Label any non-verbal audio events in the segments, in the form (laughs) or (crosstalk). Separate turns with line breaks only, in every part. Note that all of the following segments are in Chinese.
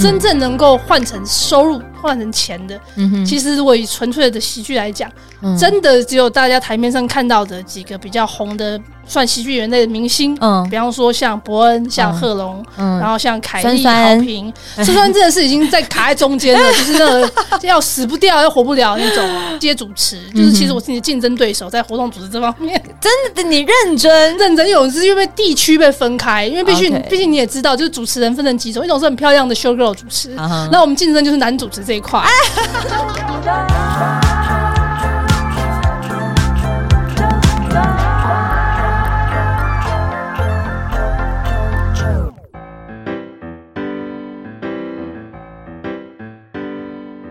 真正能够换成收入、换成钱的，
嗯哼，
其实如果以纯粹的喜剧来讲，
嗯
真的只有大家台面上看到的几个比较红的，算喜剧人类的明星，
嗯
比方说像伯恩、像
嗯
贺龙，
嗯，
然后像凯
酸
莉、
酸
陶平，酸酸真的是已经在卡在中间
(laughs)
了，就是那个要死不掉、要活不了的那种。啊接主持，就是其实我是你的竞争对手，在活动组织这方面，
真的你认真，
认真有是因为地区被分开，因为必须
OK
毕竟你也知道，就是主持人分成几种，一种是很漂亮的 show girl 主持，
啊哈
那我们竞争就是男主持这一块。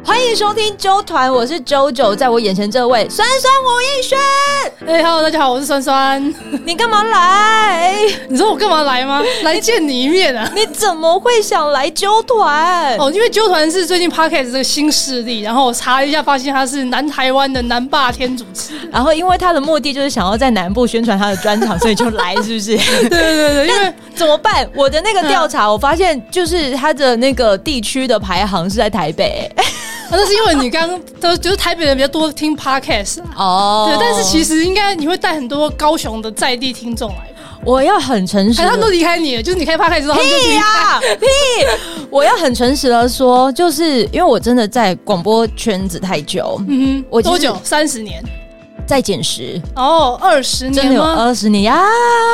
欢迎收听周团，我是周九，在我眼前这位酸酸吴亦轩，
哎、h e l l o 大家好，我是酸酸。
你干嘛来？
你说我干嘛来
(laughs)
吗？来见你一面啊！
你怎么会想来纠团？
哦，因为纠团是最近 Podcast 这个新势力，然后我查了一下，发现他是南台湾的南霸天主持。
然后因为他的目的就是想要在南部宣传他的专场，所以就来，是不 (laughs) 是？
对对对，对因为
怎么办？我的那个调查，我发现就是他的那个地区的排行是在台北、
啊 (laughs) 那是因为你刚刚都就是台北人比较多听 podcast，啊、
哦
对，但是其
实
实应该你会带很多高雄的在地听众来，
我要很诚实
哎，
地
他们都离开你了，就是你开 podcast 之后他们就
屁
离开。
哎呀、
(laughs)
屁！我要很诚实的说，就是因为我真的在广播圈子太久，
嗯哼，
我其实
多久？三十年
在减食，
哦，二十
真
年
的有呃
吗？
二十年呀、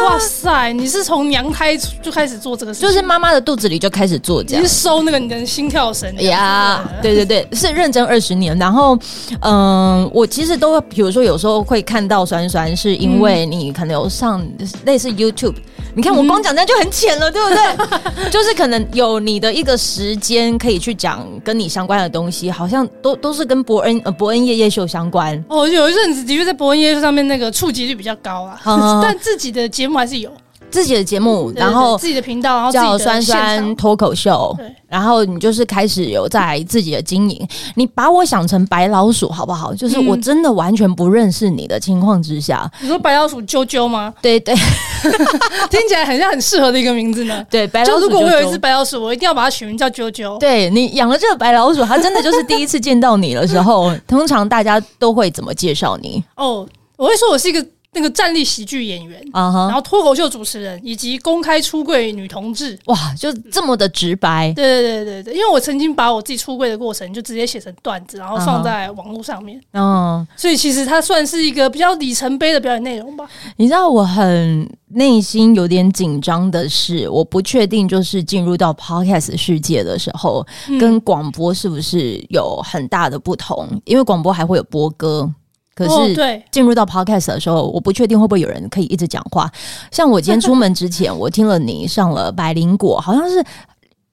哇塞，你是从娘胎就开始做这个事情，
就是妈妈的肚子里就开始做这
你
样
是。收那个你的心跳声
呀，对对 (laughs) 对，是认真二十年。然后，嗯，我其实都，比如说有时候会看到酸酸，是因为你可能有上类似 YouTube，你看我光讲这样就很浅了，对不 (laughs) 对？嗯就是可能有你的一个时间可以去讲跟你相关的东西，好像都都是跟伯恩呃伯恩夜夜秀相关。
哦，有一阵子的确在伯恩夜上面那个触及率比较高啊，
嗯
(laughs) 但自己的节目还是有，
自己的节目，
对
嗯
对对
然后
自己的频道，然后自己
叫
的
酸
现
酸
场
脱口秀
对，
然后你就是开始有在自己的经营。你把我想成白老鼠好不好？就是
嗯
我真的完全不认识你的情况之下，
你说白老鼠啾啾吗？ (laughs)
对对
听起来很像很适合的一个名字呢。
对， (laughs) 白老
就
鼠
如果我有一只
就。
白老鼠，我一定要把它取名叫啾啾。
对你养了这个白老鼠，它真的就是第一次见到你的时
(laughs)
候，通常大家都会怎么介绍你？
哦，我会说我是一个那个站立喜剧演员，
啊哈、
然后脱口秀主持人，以及公开出柜女同志。
哇，就这么的直白，
对对对对对，因为我曾经把我自己出柜的过程就直接写成段子，然后放在网络上面，
嗯，
所以其实它算是一个比较里程碑的表演内容吧。
你知道我很内心有点紧张的是，我不确定就是进入到 podcast 世界的时候，
嗯
跟广播是不是有很大的不同？因为广播还会有播歌，可
哦、
是
对，
进入到 podcast 的时候，我不确定会不会有人可以一直讲话。像我今天出门之前，我听了你上了百灵果，好像是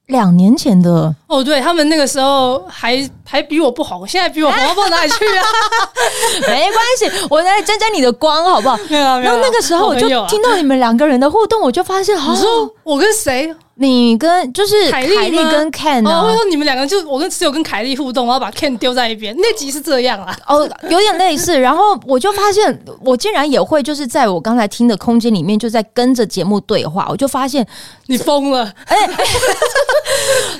两年前的，
哦对，他们那个时候还还比我不红，现在比我红到不知道哪里去
(laughs)
啊！
没关
(laughs)
系，我来沾沾你的光，好不好？
没有啊，没
然
有啊。
后那个时候我就
好朋友啊
听到你们两个人的互动，我就发现，哦好
你说我跟谁？
你跟就是
凯
凯
莉吗
莉跟 Ken
哦，我
啊，
说你们两个就我跟只有跟凯莉互动，然后把 Ken 丢在一边。那集是这样啊
(laughs)
啦，
哦，有点类
(laughs)
似。然后我就发现，我竟然也会就是在我刚才听的空间里面，就在跟着节目对话。我就发现，
你疯了！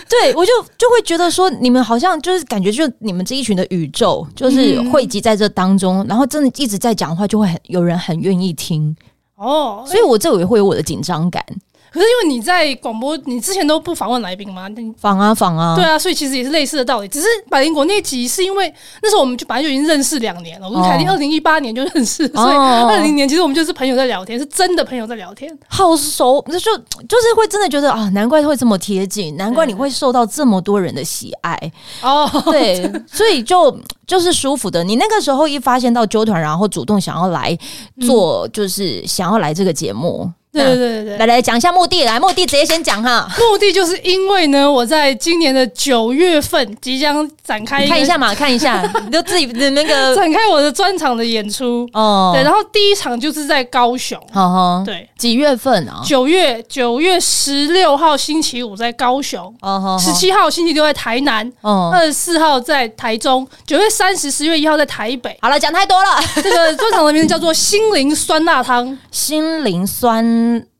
对我就就会觉得说，你们好像就是感觉，就你们这一群的宇宙，
嗯
就是汇集在这当中，然后真的一直在讲话，就会很有人很愿意听。
哦，
所以我这也会有我的紧张感，
可是因为你在广播，你之前都不访问来宾吗？你
仿啊仿啊，
对啊，所以其实也是类似的道理，只是百灵果那集是因为那时候我们就本来就已经认识两年了，我跟凯莉
哦
二零一八年就认识，
哦
所以二零年其实我们就是朋友在聊天，是真的朋友在聊天。
好熟，就就是会真的觉得啊，难怪会这么贴近，难怪你会受到这么多人的喜爱。
哦，
(laughs) 对，所以就就是舒服的。你那个时候一发现到纠团，然后主动想要来做，就是想要来这个节目。
(laughs) 嗯对对
那
对对对。
来来讲一下目的，来目的直接先讲哈。
目的就是因为呢，我在今年的九月份即将展开
你
个
看一下嘛，看
(laughs)
一下，你就自己的那个
展开我的专场的演出。
哦
对，，然后第一场就是在高雄，
好好，
对，
几月份啊？
九月九月十六号星期五在高雄，
哦好，
十七号星期六在台南，
哦，。
二十四号在台中，九月三十、十月一号在台北
好了，讲太多了。 (laughs)
这个专场的名字叫做“心灵酸辣汤
心灵酸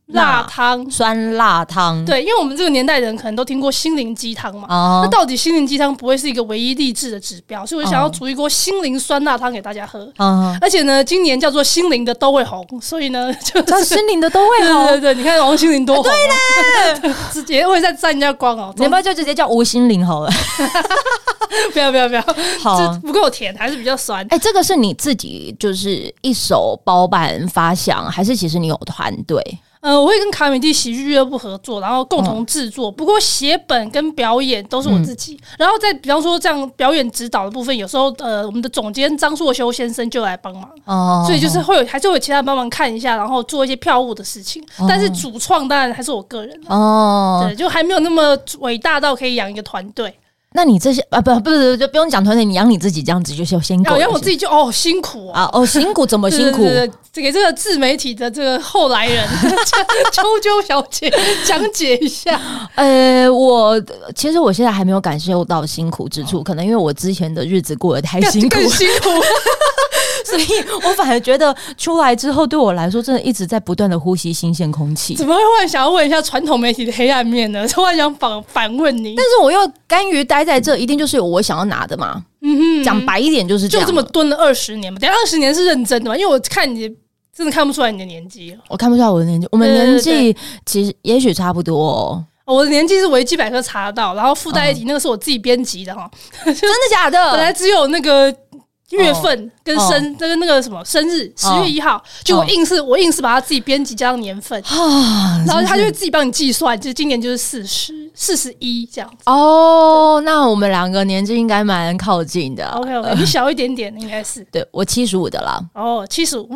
辣汤。
酸辣汤，
对，因为我们这个年代人可能都听过心灵鸡汤嘛，
嗯哦
那到底心灵鸡汤不会是一个唯一励志的指标，所以我想要
哦
煮一锅心灵酸辣汤给大家喝。 (laughs)
嗯，
而且呢，今年叫做心灵的都会红，所以呢， (laughs) 就
这
是
心灵的都会
对对
红。
对，你看王心凌多红、
哎
啊，对的， (laughs) 直接会再沾人家光哦。
(laughs) 你要不要就直接叫吴心凌好了？
(laughs) 不要不要不要，
好
这不够甜，还是比较酸。
哎、这个是你自己就是一手包办发想，还是其实你有团队？
呃，我会跟卡米蒂喜剧俱乐部合作，然后共
嗯
同制作。不过写本跟表演都是我自己。然后在比方说这样表演指导的部分，有时候呃，我们的总监张硕修先生就来帮忙。
哦
所以就是会有，还是会有其他人帮忙看一下，然后做一些票务的事
嗯
情。但是主创当然还是我个人，
哦，
对，就还没有那么伟大到可以养一个团队。
那你这些啊，不不不，就不用讲团队，你养你自己这样子就先先
然
够
后
了。
然后我自
己
己就哦辛苦啊，
啊，哦，辛苦怎么辛苦？
对对对这给这个自媒体的这个后来人 (laughs) 秋秋小姐讲解一下。
呃，我其实我现在还没有感受到辛苦之
哦
处，可能因为我之前的日子过得太辛苦
更，辛苦，
所以我反而觉得出来之后对我来说，真的一直在不断的呼吸新鲜空气。
怎么会忽然想要问一下传统媒体的黑暗面呢？ (laughs) 突然想反反问你，
但是我又甘于待在这，一定就是有我想要拿的嘛。
嗯
讲白一点就是这
就
样，
这么蹲了二十年嘛？等二十年是认真的嘛？因为我看你真的看不出来你的年纪了，
我看不出来我的年纪，我们
对对
年纪其实也许差不多、哦，
哦我的年纪是维基百科查得到，然后附带一
嗯
题，那个是我自己编辑的哈，
真的假
本来
的？
只有那个。月
哦
份跟
嗯
生跟那个什么生日十月一号，就我硬是我硬是把它自己编辑加上年份，
啊，
然后他就会
真是
自己帮你计算，就是今年就是四十四十一这样。
哦，那我们两个年纪应该蛮靠近的。
OK OK，你小一点点应该是
对我七十五的啦，
哦，七十五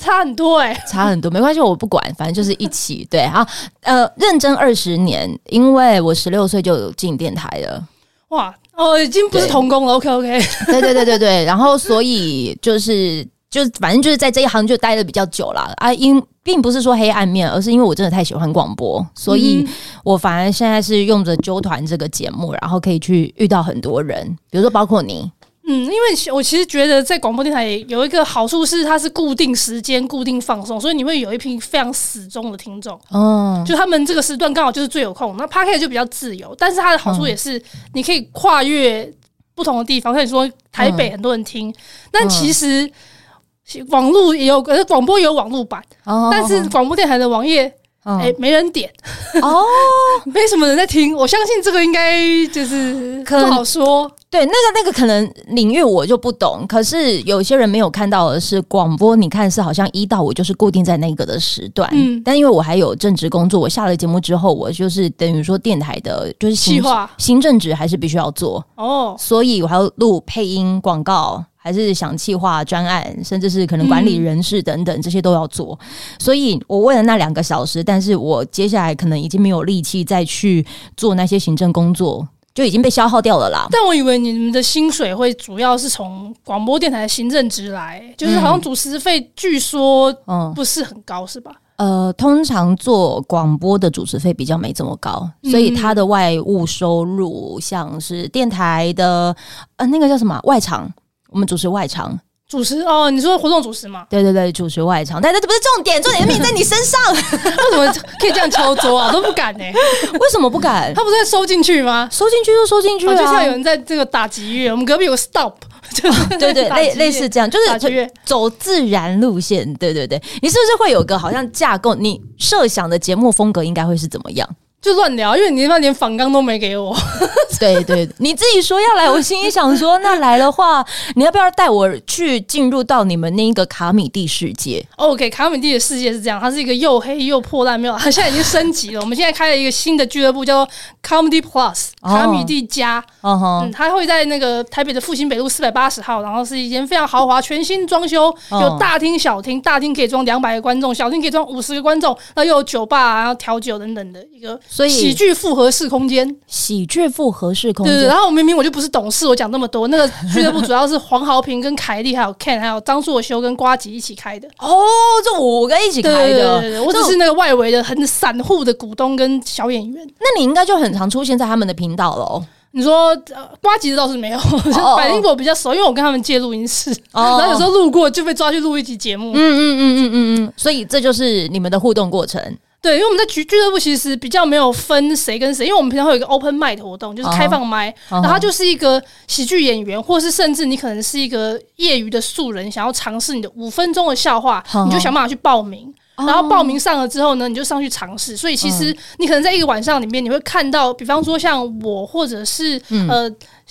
差很多哎、
差很多，没关系，我不管，反正就是一起对啊。呃，认真二十年，因为我十六岁就进电台了。
哇哦，已经不是童工了。OK OK，
对对对对对， (laughs) 然后所以就是就反正就是在这一行就待的比较久了啊，因并不是说黑暗面，而是因为我真的太喜欢广播，所以我反而现在是用着纠团这个节目，然后可以去遇到很多人，比如说包括你，
嗯，因为我其实觉得在广播电台有一个好处是，它是固定时间、固定放送，所以你会有一批非常死忠的听众，
嗯，
就他们这个时段刚好就是最有空。那 p a r k e t 就比较自由，但是它的好
嗯
处也是你可以跨越不同的地方，像你说台北很多人
嗯
听，但其实网络也有，呃，广播也有网络版，
哦
但是广播电台的网页
嗯
哎、没人点。
哦，
没什么人在听，我相信这个应该就是
可
不好说。
对，那个那个可能领域我就不懂，可是有些人没有看到的是广播，你看是好像一到五就是固定在那个的时段，
嗯
但因为我还有正职工作，我下了节目之后，我就是等于说电台的就是行
企划
行政职还是必须要做，
哦，
所以我还要录配音广告。还是想企划专案，甚至是可能管理
嗯
人事等等，这些都要做。所以我为了那两个小时，但是我接下来可能已经没有力气再去做那些行政工作，就已经被消耗掉了啦。
但我以为你们的薪水会主要是从广播电台的行政职来，就是好像主持费据说
嗯，
不是很高，是吧？
呃，通常做广播的主持费比较没这么高，所以它的外务收入，像是电台的呃那个叫什么啊外场，我们主持外场，？
主持哦，你说活动主持嘛
对对对，主持外场，但这不是重点，重点命在你身 (laughs) 上，
为什么可以这样敲
(laughs)
桌啊？我都不敢呢、
为什么不敢？
他不是在收进去吗？
收进去就收进去
哦
啊，
就像有人在这个打击乐，我们隔壁有个 stop，就是
(laughs) 对对，
打
类
击乐
类似这样，就
打击
是
乐。
走自然路线，对对对，你是不是会有个好像架构？你设想的节目风格应该会是怎么样？
就乱聊，因为你那连仿纲都没给我，
对对，你自己说要来，我心里想说，那来的话，你要不要带我去进入到你们那一个卡米蒂世界？
哦 OK，卡米蒂的世界是这样，它是一个又黑又破烂，没有，它现在已经升级了。我们现在开了一个新的俱乐部，叫做 Comedy Plus，
哦
卡米蒂加。
哦吼，
嗯，它会在那个台北的复兴北路四百八十号，然后是一间非常豪华、全新装修，
哦
有大厅、小厅，大厅可以装两百个观众，小厅可以装五十个观众，然后又有酒吧啊、然后调酒等等的一个
所以
喜剧复合式空间。
喜剧复合式空
对对，
间
然后明明我就不是董事，我讲那么多。那 (laughs) 个俱乐部主要是黄豪平、跟凯莉、还有 Ken、还有张硕修跟瓜吉一起开的。
哦，这五个一起
对
开
对对
的，
对对，我只是那个外围的很散户的股东跟小演员。
那你应该就很常出现在他们的频道喽。
你说呃瓜吉的倒是没有， (laughs)
哦
百灵果比较熟，因为我跟他们借录音室，
哦
然后有时候路过就被抓去录一集节目。
嗯嗯嗯嗯嗯嗯，所以这就是你们的互动过程。
对，因为我们在俱俱乐部其实比较没有分谁跟谁，因为我们平常会有一个 open mic 的活动，
啊
就是开放麦然
嗯
后他就是一个喜剧演员，或是甚至你可能是一个业余的素人，想要尝试你的五分钟的笑话
嗯
你就想办法去报名。然后报名上了之后呢，你就上去尝试。所以其实你可能在一个晚上里面，你会看到，比方说像我或者是、呃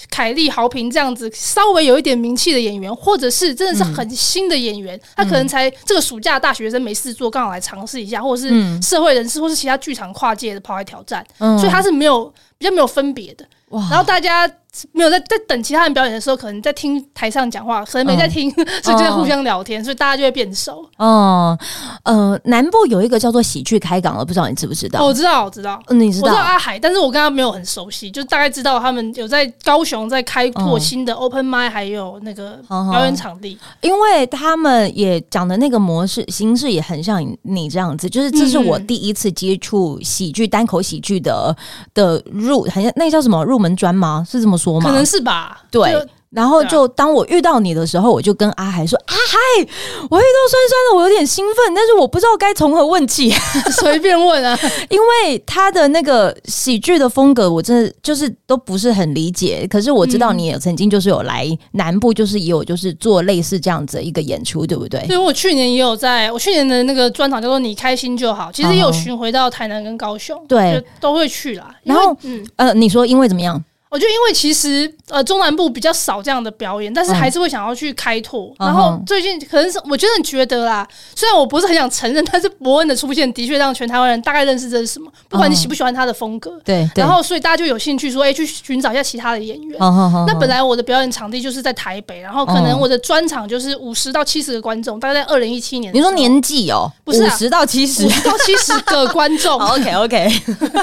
凯莉、豪平这样子稍微有一点名气的演员，或者是真的是很新的演员，他可能才这个暑假大学生没事做，刚好来尝试一下，或者是社会人士，或是其他剧场跨界的跑来挑战，
嗯
所以他是没有比较没有分别的。
哇
然后大家没有在在等其他人表演的时候，可能在听台上讲话，可能没在听， (laughs) 所以就在互相聊天，所以大家就会变熟。
嗯呃，南部有一个叫做喜剧开港的，不知道你知不知道？
哦，我知道，我知道。
嗯你知
我知道
道？
阿海，但是我跟他没有很熟悉，就大概知道他们有在高雄在开拓
嗯
新的 open m i 还有那个
嗯哼
表演场地。
因为他们也讲的那个模式形式也很像你这样子，就是这是我
嗯
第一次接触喜剧单口喜剧的的入，很像那个叫什么入门砖吗？是这么说吗？
可能是吧。
对
就
然后
对啊
就当我遇到你的时候，我就跟阿
(laughs)
海说：“阿海，我遇到酸酸的，我有点兴奋，但是我不知道该从何问起， (laughs)
随便问啊，
因为他的那个喜剧的风格，我真的就是都不是很理解。可是我
嗯
知道你也曾经就是有来南部，就是也有就是做类似这样子的一个演出，对不对？
对，我去年也有在，我去年的那个专场叫做“你开心就好”，其实也有巡回到台南跟高雄，
嗯对
就都会去啦。因
然
为
后
嗯，
呃，你说因为怎么样？
我觉得因为其实呃中南部比较少这样的表演，但是
嗯
还是会想要去开拓。
嗯哼
然后最近可能是我真的觉得啦，虽然我不是很想承认，但是伯恩的出现的确让全台湾人大概认识这是什么，不管你喜不喜欢他的风格。
嗯对嗯对，
然后所以大家就有兴趣说，哎、去寻找一下其他的演员。
好好好，
那本来我的表演场地就是在台北，然后可
嗯
能我的专场就是五十到七十个观众，大概在二零一七年的
你
时候。
说年纪哦，
不是啊
十到七十 (laughs)
五十到七十个观众，
，OK (laughs) OK，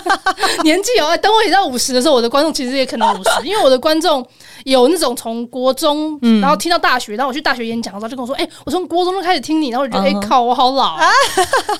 (laughs) 年纪有。哎等我也到五十的时候，我的观众其实也可能五十，因为我的观众有那种从国中，
嗯
然后听到大学，然后我去大学演讲的时候就跟我说：“哎、我从国中就开始听你。”然后我就觉得：“哎、
嗯哼
靠，我好老。 (laughs)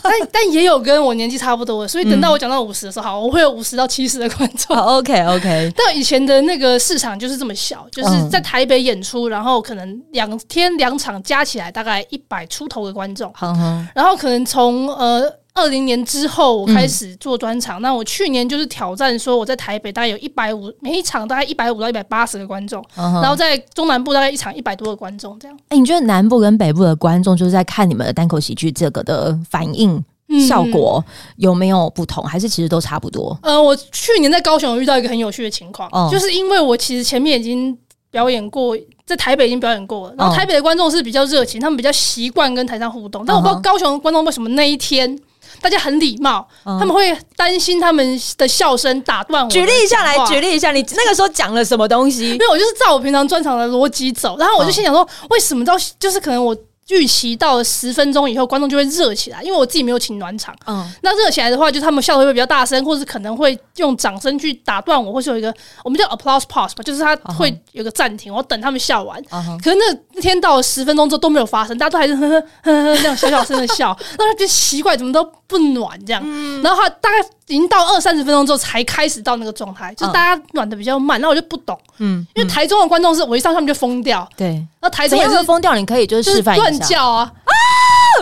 但但也有跟我年纪差不多的，所以等到我讲到五十的时候，好，我会有五十到七十的观 (laughs) 众。
嗯好 OK OK，
但以前的那个市场就是这么小，就是
嗯
在台北演出，然后可能两天两场加起来大概一百出头的观众，
好好，
然后可能从呃二零年之后，我
嗯
开始做专场。那我去年就是挑战说，我在台北大概有一百五，每一场大概一百五到一百八十个观众，
嗯哼
然后在中南部大概一场一百多个观众这样。
哎、你觉得南部跟北部的观众就是在看你们的单口喜剧这个的反应
嗯
效果有没有不同，还是其实都差不多？
呃，我去年在高雄有遇到一个很有趣的情况，
哦
就是因为我其实前面已经表演过，在台北已经表演过了，然后
哦
台北的观众是比较热情，他们比较习惯跟台上互动，但我不知道
嗯哼
高雄的观众为什么那一天。大家很礼貌，他
哦
们会担心他们的笑声打断我。
嗯举例一下来，
哇
举例一下，你那个时候讲了什么东西
因？为我就是照我平常专场的逻辑走，然后我就心想说，为什么到就是可能我预期到了十分钟以后，观众就会热起来，因为我自己没有请暖场。
嗯，
那热起来的话，就是他们笑的会比较大声，或是可能会用掌声去打断我，或是有一个我们叫 applause pause 吧，就是他会有个暂停，我等他们笑完。
啊哈
可是那那天到了十分钟之后都没有发生，大家都还是呵呵呵呵那种小小声的笑， (laughs) 然后就奇怪怎么都不暖这样。然后他大概已经到二三十分钟之后才开始到那个状态，就是
嗯
大家暖的比较慢，那我就不懂。
嗯，
因为台中的观众是我一上他们就疯掉，
对，
然后台
怎
中也
样
是
会疯掉？你可以就是
就是
示范
乱
一下。
叫啊啊！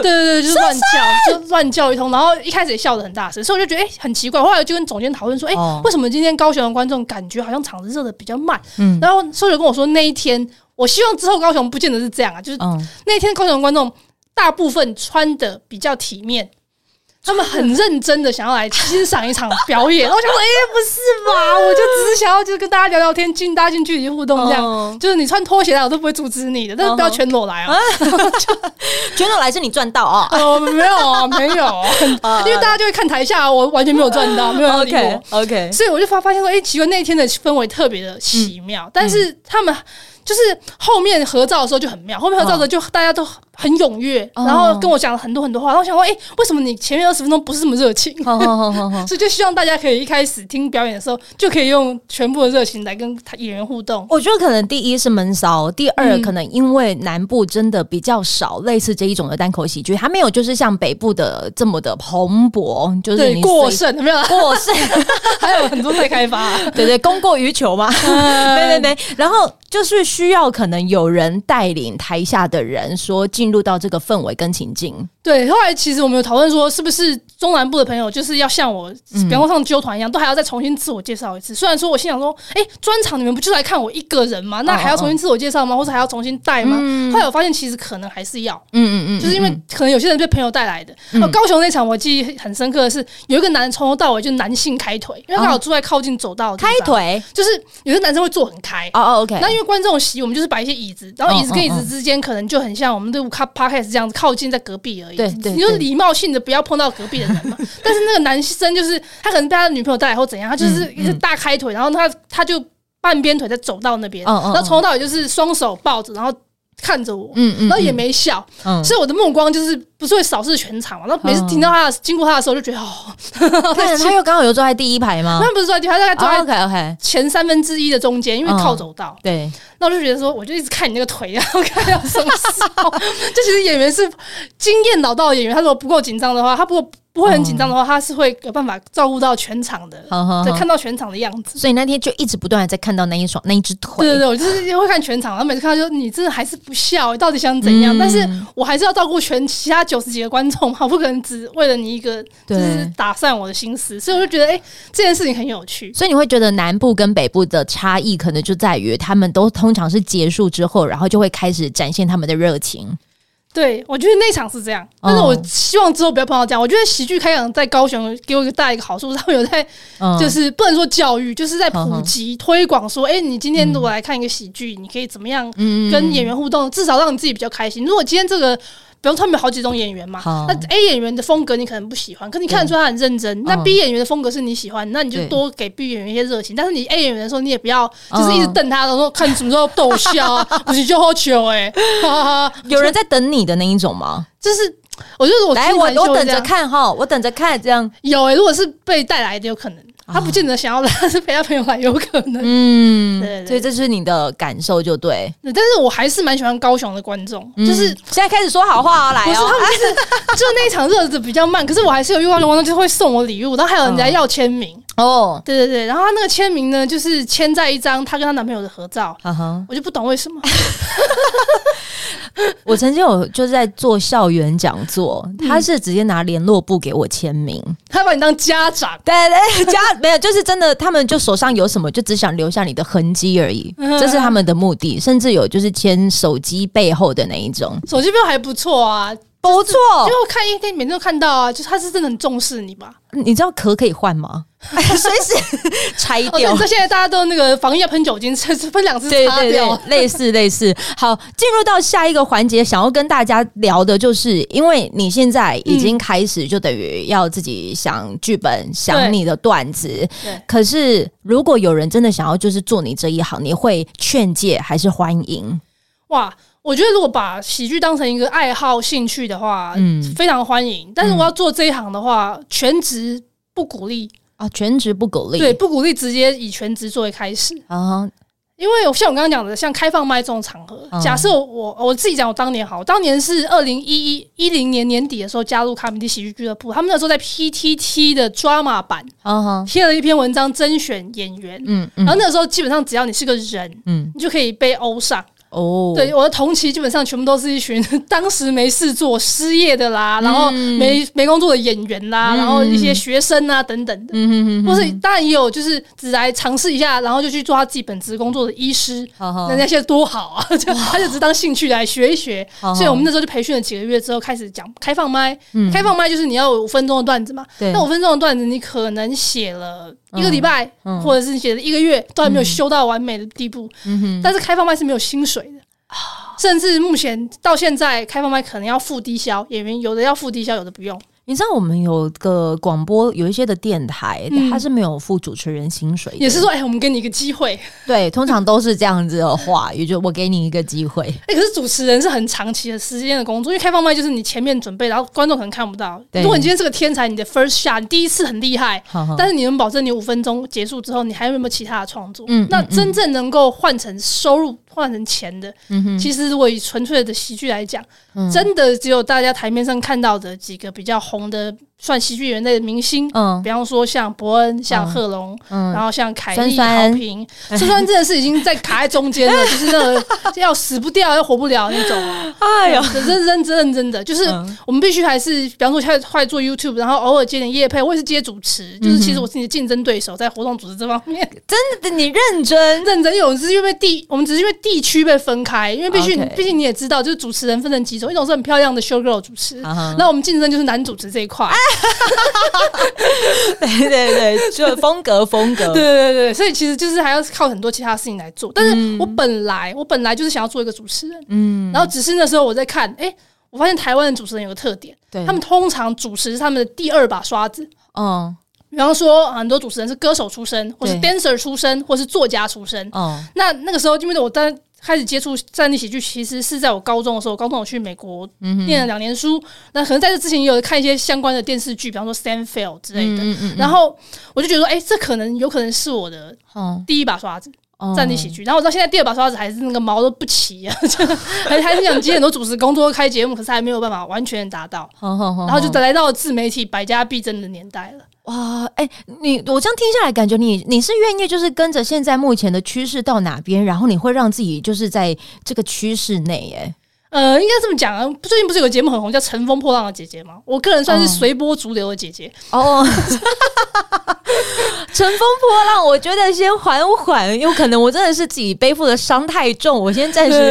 对对对，就是乱叫，就乱叫一通。然后一开始也笑得很大声，所以我就觉得哎、诶很奇怪。后来就跟总监讨论说，哎、
哦
为什么今天高雄的观众感觉好像场子热的比较慢？
嗯
然后所以就跟我说那一天，我希望之后高雄不见得是这样啊，就是
嗯，
那天高雄的观众大部分穿的比较体 (laughs) 面。他们很认真的想要来欣赏一场表 (laughs) 演，然后我想说，哎、不是 (laughs) 吧？我就只是想要就是跟大家聊聊天，近大家近距离互动这样。
嗯
就是你穿拖鞋来，我都不会阻止你的，但是不要全裸来啊！
全都来是你赚到啊！
(laughs)
(laughs)
哦，没有啊，没有啊， (laughs) 哦因为大家就会看台下，我完全没有赚到，没有人理我
OK，OK，
所以我就发发现说，哎、奇怪，那一天的氛围特别的奇
嗯
妙，但是他们就是后面合照的时候就很妙，后面合照的时候就大家都很踊跃，
嗯哦
然后跟我讲了很多很多话，然后我想说，哎、为什么你前面二十分钟不是这么热情？
(laughs) 好好好好好。
所以就希望大家可以一开始听表演的时候，就可以用全部的热情来跟他演员互动。
我觉得可能第一是闷骚，第二
嗯
可能因为南部真的比较少类似这一种的单口喜剧，它没有就是像北部的这么的蓬勃，就是
对，
你
过
随
剩没
(laughs)
有啦，
过剩，
还有很多在开发、啊
对对，供过于求嘛，对对对。然后就是需要可能有人带领台下的人，说进入到这个氛围跟情境。
对，后来其实我们有讨论说，是不是中南部的朋友就是要像我，
嗯
比方说像纠团一样，都还要再重新自我介绍一次。虽然说我心想说，哎、专场你们不就是来看我一个人
哦
吗？那还要重新自我介绍吗？或者还要重新带吗？后来我发现其实可能还是要，
嗯嗯嗯嗯，嗯
就是因为可能有些人被朋友带来的。哦，高雄那场我记忆很深刻的是，有一个男人从头到尾就是男性开腿，因为他有住在靠近走道的地
哦开
方，
腿，
就是有些男生会坐很开。
哦哦，OK，
那因为观众席，我们就是摆一些椅子，然
哦
后椅子跟椅子之间可能就很像我们的 c podcast 这样子靠近在隔壁而已。
对对
你就
对
礼貌性的不要碰到隔壁的人
(laughs)
嘛。但是那个男生就是他可能被他的女朋友带来或怎样，他
嗯
就是一个大开腿，然后他他就半边腿在走到那边，
嗯嗯嗯
然后从头到尾就是双手抱着，然后看着我。
嗯嗯，
然后也没笑，
嗯
所以我的目光就是不是会扫视全场嘛。然后每次听到他的、经过他的时候，就觉得
嗯
哦，
看他又刚好有坐在第一排吗
他不是坐在地，他大概坐在
？OK OK，
前三分之一的中间，因为
嗯
靠走道。
对，
那我就觉得说，我就一直看你那个腿， (laughs) 然后看到什么时候。这其实演员是经验老道的演员，他如果不够紧张的话，他不过不会很紧张的话，他是会有办法照顾到全场的，
好好
对，
好
看到全场的样子。
所以那天就一直不断的在看到那一双那一只腿，
对对对，我就是会看全场，然后每次看到就你真的还是不笑，欸到底想怎样？
嗯
但是我还是要照顾全其他九十几个观众嘛，我不可能只为了你一个就
对
是打散我的心思，所以我就觉得哎、这件事情很有趣。
所以你会觉得南部跟北部的差异，可能就在于他们都通常是结束之后，然后就会开始展现他们的热情。
对，我觉得那场是这样，但是
哦
我希望之后不要碰到这样。我觉得喜剧开场在高雄给我一个大一个好处，他们有在
嗯
就是不能说教育，就是在
嗯
普
哼
及推广，说，哎，你今天如果来看一个喜剧，你可以怎么样
嗯
跟演员互动，至少让你自己比较开心。如果今天这个。比如他们有好几种演员嘛
好，嗯
那 A 演员的风格你可能不喜欢，可你看得出他很认真。那 B 演员的风格是你喜欢，那你就
对
多给 B 演员一些热情。但是你 A 演员的时候，你也不要就是
嗯
一直瞪他，然后说看你什么时候逗笑啊， (laughs) 不是就好糗哎，哈哈哈
有人在等你的那一种吗？
就是我就是我
来，
听
我
完就
我
会
等
这
着
样。
看哈，我等着看这样。
有欸诶、如果是被带来的，有可能他不见得想要 (laughs) 来，但是陪他朋友来有可能。
哦嗯，
对对
所以这是你的感受，就对。
对但是我还是蛮喜欢高雄的观众，就是
嗯现在开始说好话哦，来
不是
哦
他。们就是
(laughs)
就那一场热的比较慢，可是我还是有遇到的观众就会送我礼物，然后还有人
嗯
家要签名。
哦，
对对对，然后他那个签名呢，就是签在一张她跟她男朋友的合照。
哈哈，
我就不懂为什么，
我曾经有就是在做校园讲座，他是直接拿联络簿给我签名。
他把你当家长，
对对，家 (laughs) 没有，就是真的，他们就手上有什么，就只想留下你的痕迹而已，
嗯
这是他们的目的。甚至有就是签手机背后的那一种，
手机票还不错啊，因
不错。
为我看一天每天都看到啊，就是他是真的很重视你吧？
你知道壳可以换吗？随时拆
哦，对，
掉。
这现在大家都那个防疫要喷酒精，这这喷两次
对
擦
对
掉
对，，类似类似。好，进入到下一个环节，想要跟大家聊的就是，因为你现在已
嗯
经开始，就等于要自己想剧本、想你的段子。
对
可是，如果有人真的想要就是做你这一行，你会劝诫还是欢迎？
哇，我觉得如果把喜剧当成一个爱好、兴趣的话，
嗯
非常欢迎。但是我要做这一行的话，全职不鼓励，
啊，全职不鼓
呃
励。
对，不鼓励直接以全职作为开始。
啊，
因为像我刚刚讲的，像开放麦这种场合，
嗯
假设我我自己讲，我当年好，我当年是二零一一一零年年底的时候加入卡米蒂喜剧俱乐部，他们那时候在 PTT 的 drama 版
啊哈，
贴了一篇文章甄选演员，
嗯
然后
嗯
那个时候基本上只要你是个人，
嗯，
你就可以被欧上。
哦，
对，，我的同期基本上全部都是一群 (laughs) 当时没事做、失业的啦，
嗯
然后没没工作的演员啦，然后一些学生啊等等的，
嗯嗯嗯，
或是当然也有就是只来尝试一下，然后就去做他自己本职工作的医师。
好好
人，家现在多好啊！ (laughs) 就他就只当兴趣来学一学，
好好
所以我们那时候就培训了几个月之后，开始讲开放麦。
哦嗯
开放麦就是你要有五分钟的段子嘛，
对
那五分钟的段子你可能写了一个礼拜，
嗯嗯
或者是你写了一个月，都还没有修到完美的地步。
嗯哼，
但是开放麦是没有薪水的，甚至目前到现在，开放麦可能要付低消，演员有的要付低消，有的不用。
你知道我们有个广播，有一些的电台，
嗯
它是没有付主持人薪水的，
也是说，哎、我们给你一个机会，
对，通常都是这样子的话，也就我给你一个机会，
(laughs) 哎、可是主持人是很长期的时间的工作，因为开放麦就是你前面准备，然后观众可能看不到。
对
如果你今天是个天才，你的 first shot，你第一次很厉害。
好好
但是你能保证你五分钟结束之后，你还有没有其他的创作？
嗯嗯
那真正能够换成收入、换成钱的，
嗯哼
其实如果以纯粹的喜剧来讲，
嗯
真的只有大家台面上看到的几个比较红的算喜剧演员类的明星，
嗯
比方说像伯恩、像
嗯
贺龙，然
嗯，
后像凯
酸
莉、
酸
好评，酸酸真的是已经在卡在中间
(laughs)
了，就是那个要死不掉、要活不了那种哦。
哎呦，
认 (laughs) 认认真认真的，就是
嗯
我们必须还是，比方说现在快做 YouTube，然后偶尔接点业配，我也是接主持，就是其实我是你的竞争对手，在活动组织这方面
真的你认真，
认真有，只是因为地我们只是因为地区被分开，因为必须
OK
毕竟你也知道，就是主持人分成几种，一种是很漂亮的 show girl 主持，
啊哈
那我们竞争就是男主持这一块，
对对对，就风格风格，
对对对，所以其实就是还要靠很多其他事情来做。但是我本来、我本来就是想要做一个主持人，嗯，然后只是那时候我在看，哎、我发现台湾的主持人有个特点，
对
他们通常主持是他们的第二把刷子。
嗯
比方说，很多主持人是歌手出身，或是
对
dancer 出身，或是作家出身。
嗯
那那个时候，因为我当开始接触站立喜剧，其实是在我高中的时候。高中我去美国
嗯
念了两年书，那可能在这之前也有看一些相关的电视剧，比方说《Stanfield》之类的。
嗯嗯
然后我就觉得说，哎、这可能有可能是我的
嗯
第一把刷子，
嗯
战地喜剧。然后我到现在第二把刷子还是那个毛都不齐 (laughs) 啊，就还还是想接很多主持工作、开节目，可是还没有办法完全达到。
好好好，
然后就来到了自媒体百家必争的年代了。
哇，哎、你我这样听下来，感觉你你是愿意就是跟着现在目前的趋势到哪边，然后你会让自己就是在这个趋势内，哎，
呃，应该这么讲啊，最近不是有个节目很红，叫《乘风破浪的姐姐》吗？我个人算是
哦
随波逐流的姐姐，
哦， (laughs) 乘风破浪，我觉得先缓缓，有可能我真的是自己背负的伤太重，我先暂
但
时。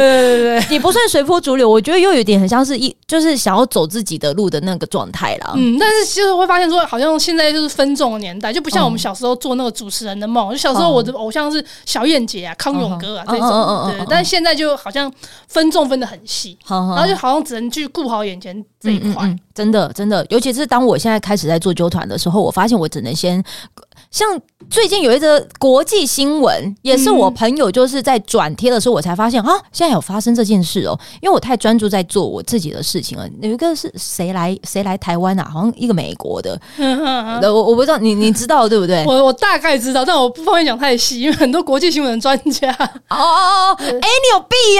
是
也不算随波逐流，我觉得又有点很像是一，就是想要走自己的路的那个状态啦。
嗯，但是其实会发现说，好像现在就是分众的年代，就不像我们小时候做那个主持人的梦。就小时候我的偶像是小燕姐啊、康永哥啊
嗯
这
嗯嗯嗯
种，
嗯嗯
对
嗯。
但是现在就好像分众分的很细，
好好
然后就好像只能去顾好眼前这
嗯
一块。
真的真的，尤其是当我现在开始在做纠团的时候，我发现我只能先。像最近有一则国际新闻，也是我朋友就是在转贴的时候，我才发现、啊，现在有发生这件事哦。因为我太专注在做我自己的事情了。有一个是谁来谁来台湾啊？好像一个美国
(laughs)
的，
嗯哼哼
呃我我不知道你你知道对不对？
我我大概知道，但我不方便讲太细，因为很多国际新闻的专家。 (laughs)
哦哦哦，哎、你有病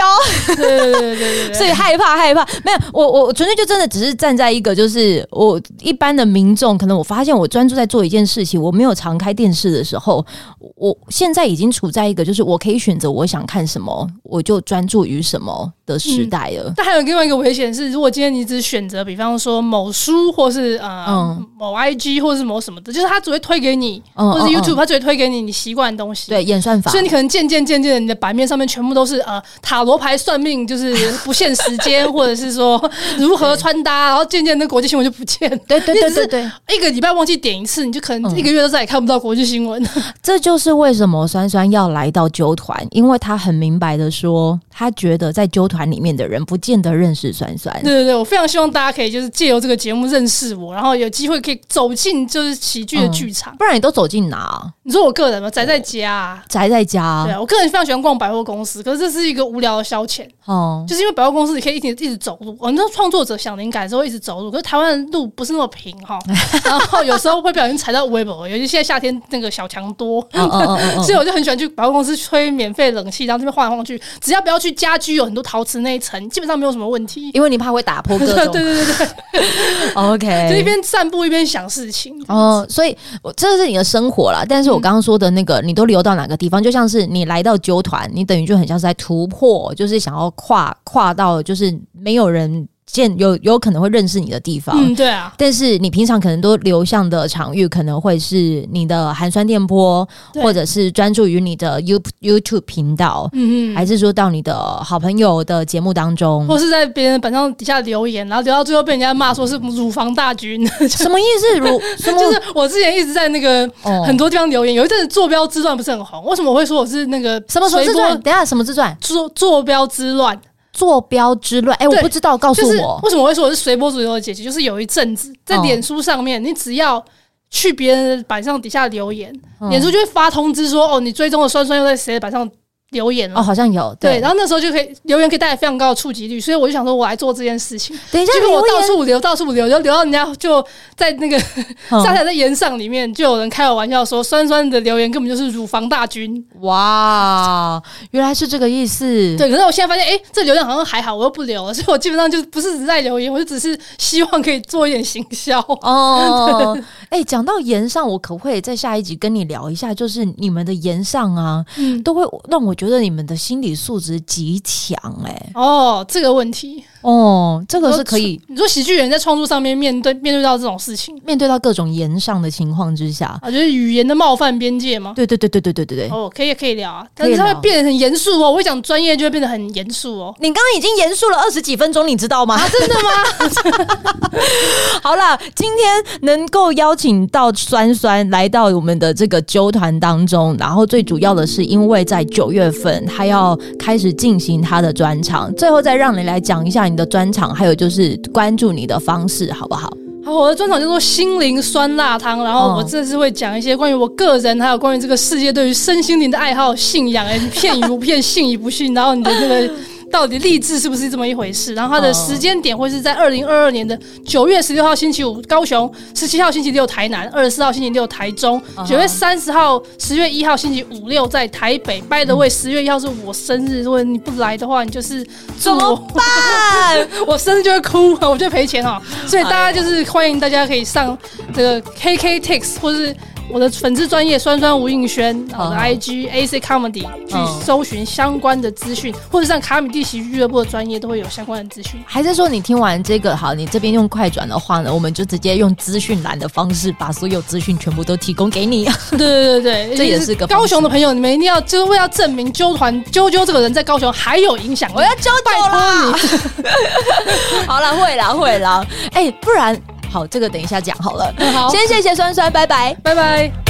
对
哦！
对对对对对
所以害怕害怕，没有我我我纯粹就真的只是站在一个就是我一般的民众，可能我发现我专注在做一件事情，我没有常开电视的时候，我现在已经处在一个就是我可以选择我想看什么，我就专注于什么的时代了。
(laughs) 但还有另外一个危险是，如果今天你只选择，比方说某书或是呃、
嗯
某 IG 或是某什么的，就是他只会推给你，
嗯
或者
嗯
YouTube
嗯
他只会推给你你习惯的东西。。
对演算法
所以，你可能渐渐渐渐的，你的版面上面全部都是呃塔罗牌算命，就是不限时间， (laughs) 或者是说如何穿搭，然后渐渐的国际新闻就不见了。
对对
你
对
只是
对对，
一个礼拜忘记点一次，你就可
嗯
能一个月都再也看不到国际新闻。
这就是为什么酸酸要来到纠团，因为他很明白的说，他觉得在纠团里面的人不见得认识酸酸。
(laughs) 对对对，我非常希望大家可以就是借由这个节目认识我，然后有机会可以走进就是喜
嗯
剧的剧场。
不然你都走进哪啊？
你说我个人嘛，宅在家、啊。
宅在家啊
对啊，我个人非常喜欢逛百货公司，可是这是一个无聊的消遣，
哦，
就是因为百货公司你可以一直一直走路。我哦们知道创作者想灵感的时候会一直走路，可是台湾的路不是那么平
(laughs)
哈，然后有时候会不小心踩到微博，尤其现在夏天那个小强多。
嗯嗯嗯嗯嗯
所以我就很喜欢去百货公司吹免费冷气，然后这边晃来晃去，只要不要去家居有很多陶瓷那一层，基本上没有什么问题。
因为你怕会打破各
(laughs) 对对
种。哎
对对，就一
OK。
边散步一边想事情。
哦，所以我这是你的生活啦。但是我刚刚说的那个，你都留到哪个地方？就像是你来到纠团，你等于就很像是在突破，就是想要跨跨到就是没有人见有有可能会认识你的地方。
嗯，对啊，
但是你平常可能都流向的场域，可能会是你的寒酸电波，
对
或者是专注于你的 You YouTube 频道，
嗯哦
还
嗯，
是说到你的好朋友的节目当中？
或是在别人板上底下留言，然后留到最后被人家骂说是乳房大军，
什么意思？如什么？
(laughs) 就是我之前一直在那个
哦
很多地方留言，有一阵子坐标之乱不是很红，为什么我会说我是那个
什么什么
随
之
波
传？等一下什么之传？
坐坐标之乱？
坐标之乱？哎、我
对
不知道，告诉
就是
我。
为什么我会说我是随波逐流的姐姐？就是有一阵子在
哦
脸书上面，你只要。去别人的板上底下留言，
嗯
脸、书就会发通知说：“哦，你追踪的酸酸又在谁的板上留言了。
哦，好像有。
对，
对，
然后那时候就可以留言可以带来非常高的触及率，所以我就想说，我来做这件事情。
等一下
结果我
留
到
言。
处留，到处留，就留到人家就在那个
嗯
上台在演上里面，就有人开我玩笑说，酸酸的留言根本就是乳房大军。
嗯哇，原来是这个意思。 (laughs)
对，可是我现在发现，哎、这流量好像还好，我又不留了，所以我基本上就不是只在留言，我就只是希望可以做一点行销。
哦， (laughs) 哎、讲到岩上，我可不可以在下一集跟你聊一下？就是你们的岩上啊，
嗯，
都会让我觉得你们的心理素质极强、哎，
哦，这个问题，
哦，这个是可以
你说喜剧人在创作上面面对面对到这种事情
面对到各种岩上的情况之下。
啊，就是语言的冒犯边界吗？
对对对对对对对对。
哦，可以可以聊啊，
可
但
以
是它
聊
会变得很严肃哦。我会讲专业就会变得很严肃哦。
你刚刚已经严肃了二十几分钟，你知道吗？啊真的吗？ (laughs) 好了，今天能够邀请到酸酸来到我们的这个纠团当中，然后最主要的是因为在九月份他要开始进行他的专场，最后再让你来讲一下你的专场，还有就是关注你的方式，好不好？
好，我的专场叫做心灵酸辣汤，然后
嗯
我这次会讲一些关于我个人，还有关于这个世界对于身心灵的爱好、信
(laughs)
仰，哎，你骗与不骗，信与不信，然后你的这个。 (laughs) 到底励志是不是这么一回事？然后它的
嗯
时间点会是在二零二二年的九月十六号星期五高雄，十七号星期六台南，二十四号星期六台中
嗯，哼
九月三十号、十月一号星期五六在台北。By the way，十月一号是我生日，如果你不来的话，你就是祝
怎么
我
办？
我生日就会哭，我就赔钱
(laughs)
哈。所以大家就是欢迎大家可以上这个 KK Tix 或是我的粉丝专业酸酸吴映轩，然后我的
嗯
IG AC Comedy
嗯
去搜寻相关的资讯，或者上卡米蒂喜剧俱乐部的专业都会有相关的资
(laughs)
讯。
还是说你听完这个好，你这边用快转的话呢，我们就直接用资讯栏的方式把所有资讯全部都提供给你。
对对对对，
这也
就是
个方式
高雄的朋友，你们一定要就是为了证明揪团啾啾这个人在高雄还有影响力
我。要交酒啦！ (laughs) 好啦，会啦， (laughs) 会啦。哎、不然好，这个等一下讲好了。
嗯好，
先谢谢酸酸，拜拜。
拜拜。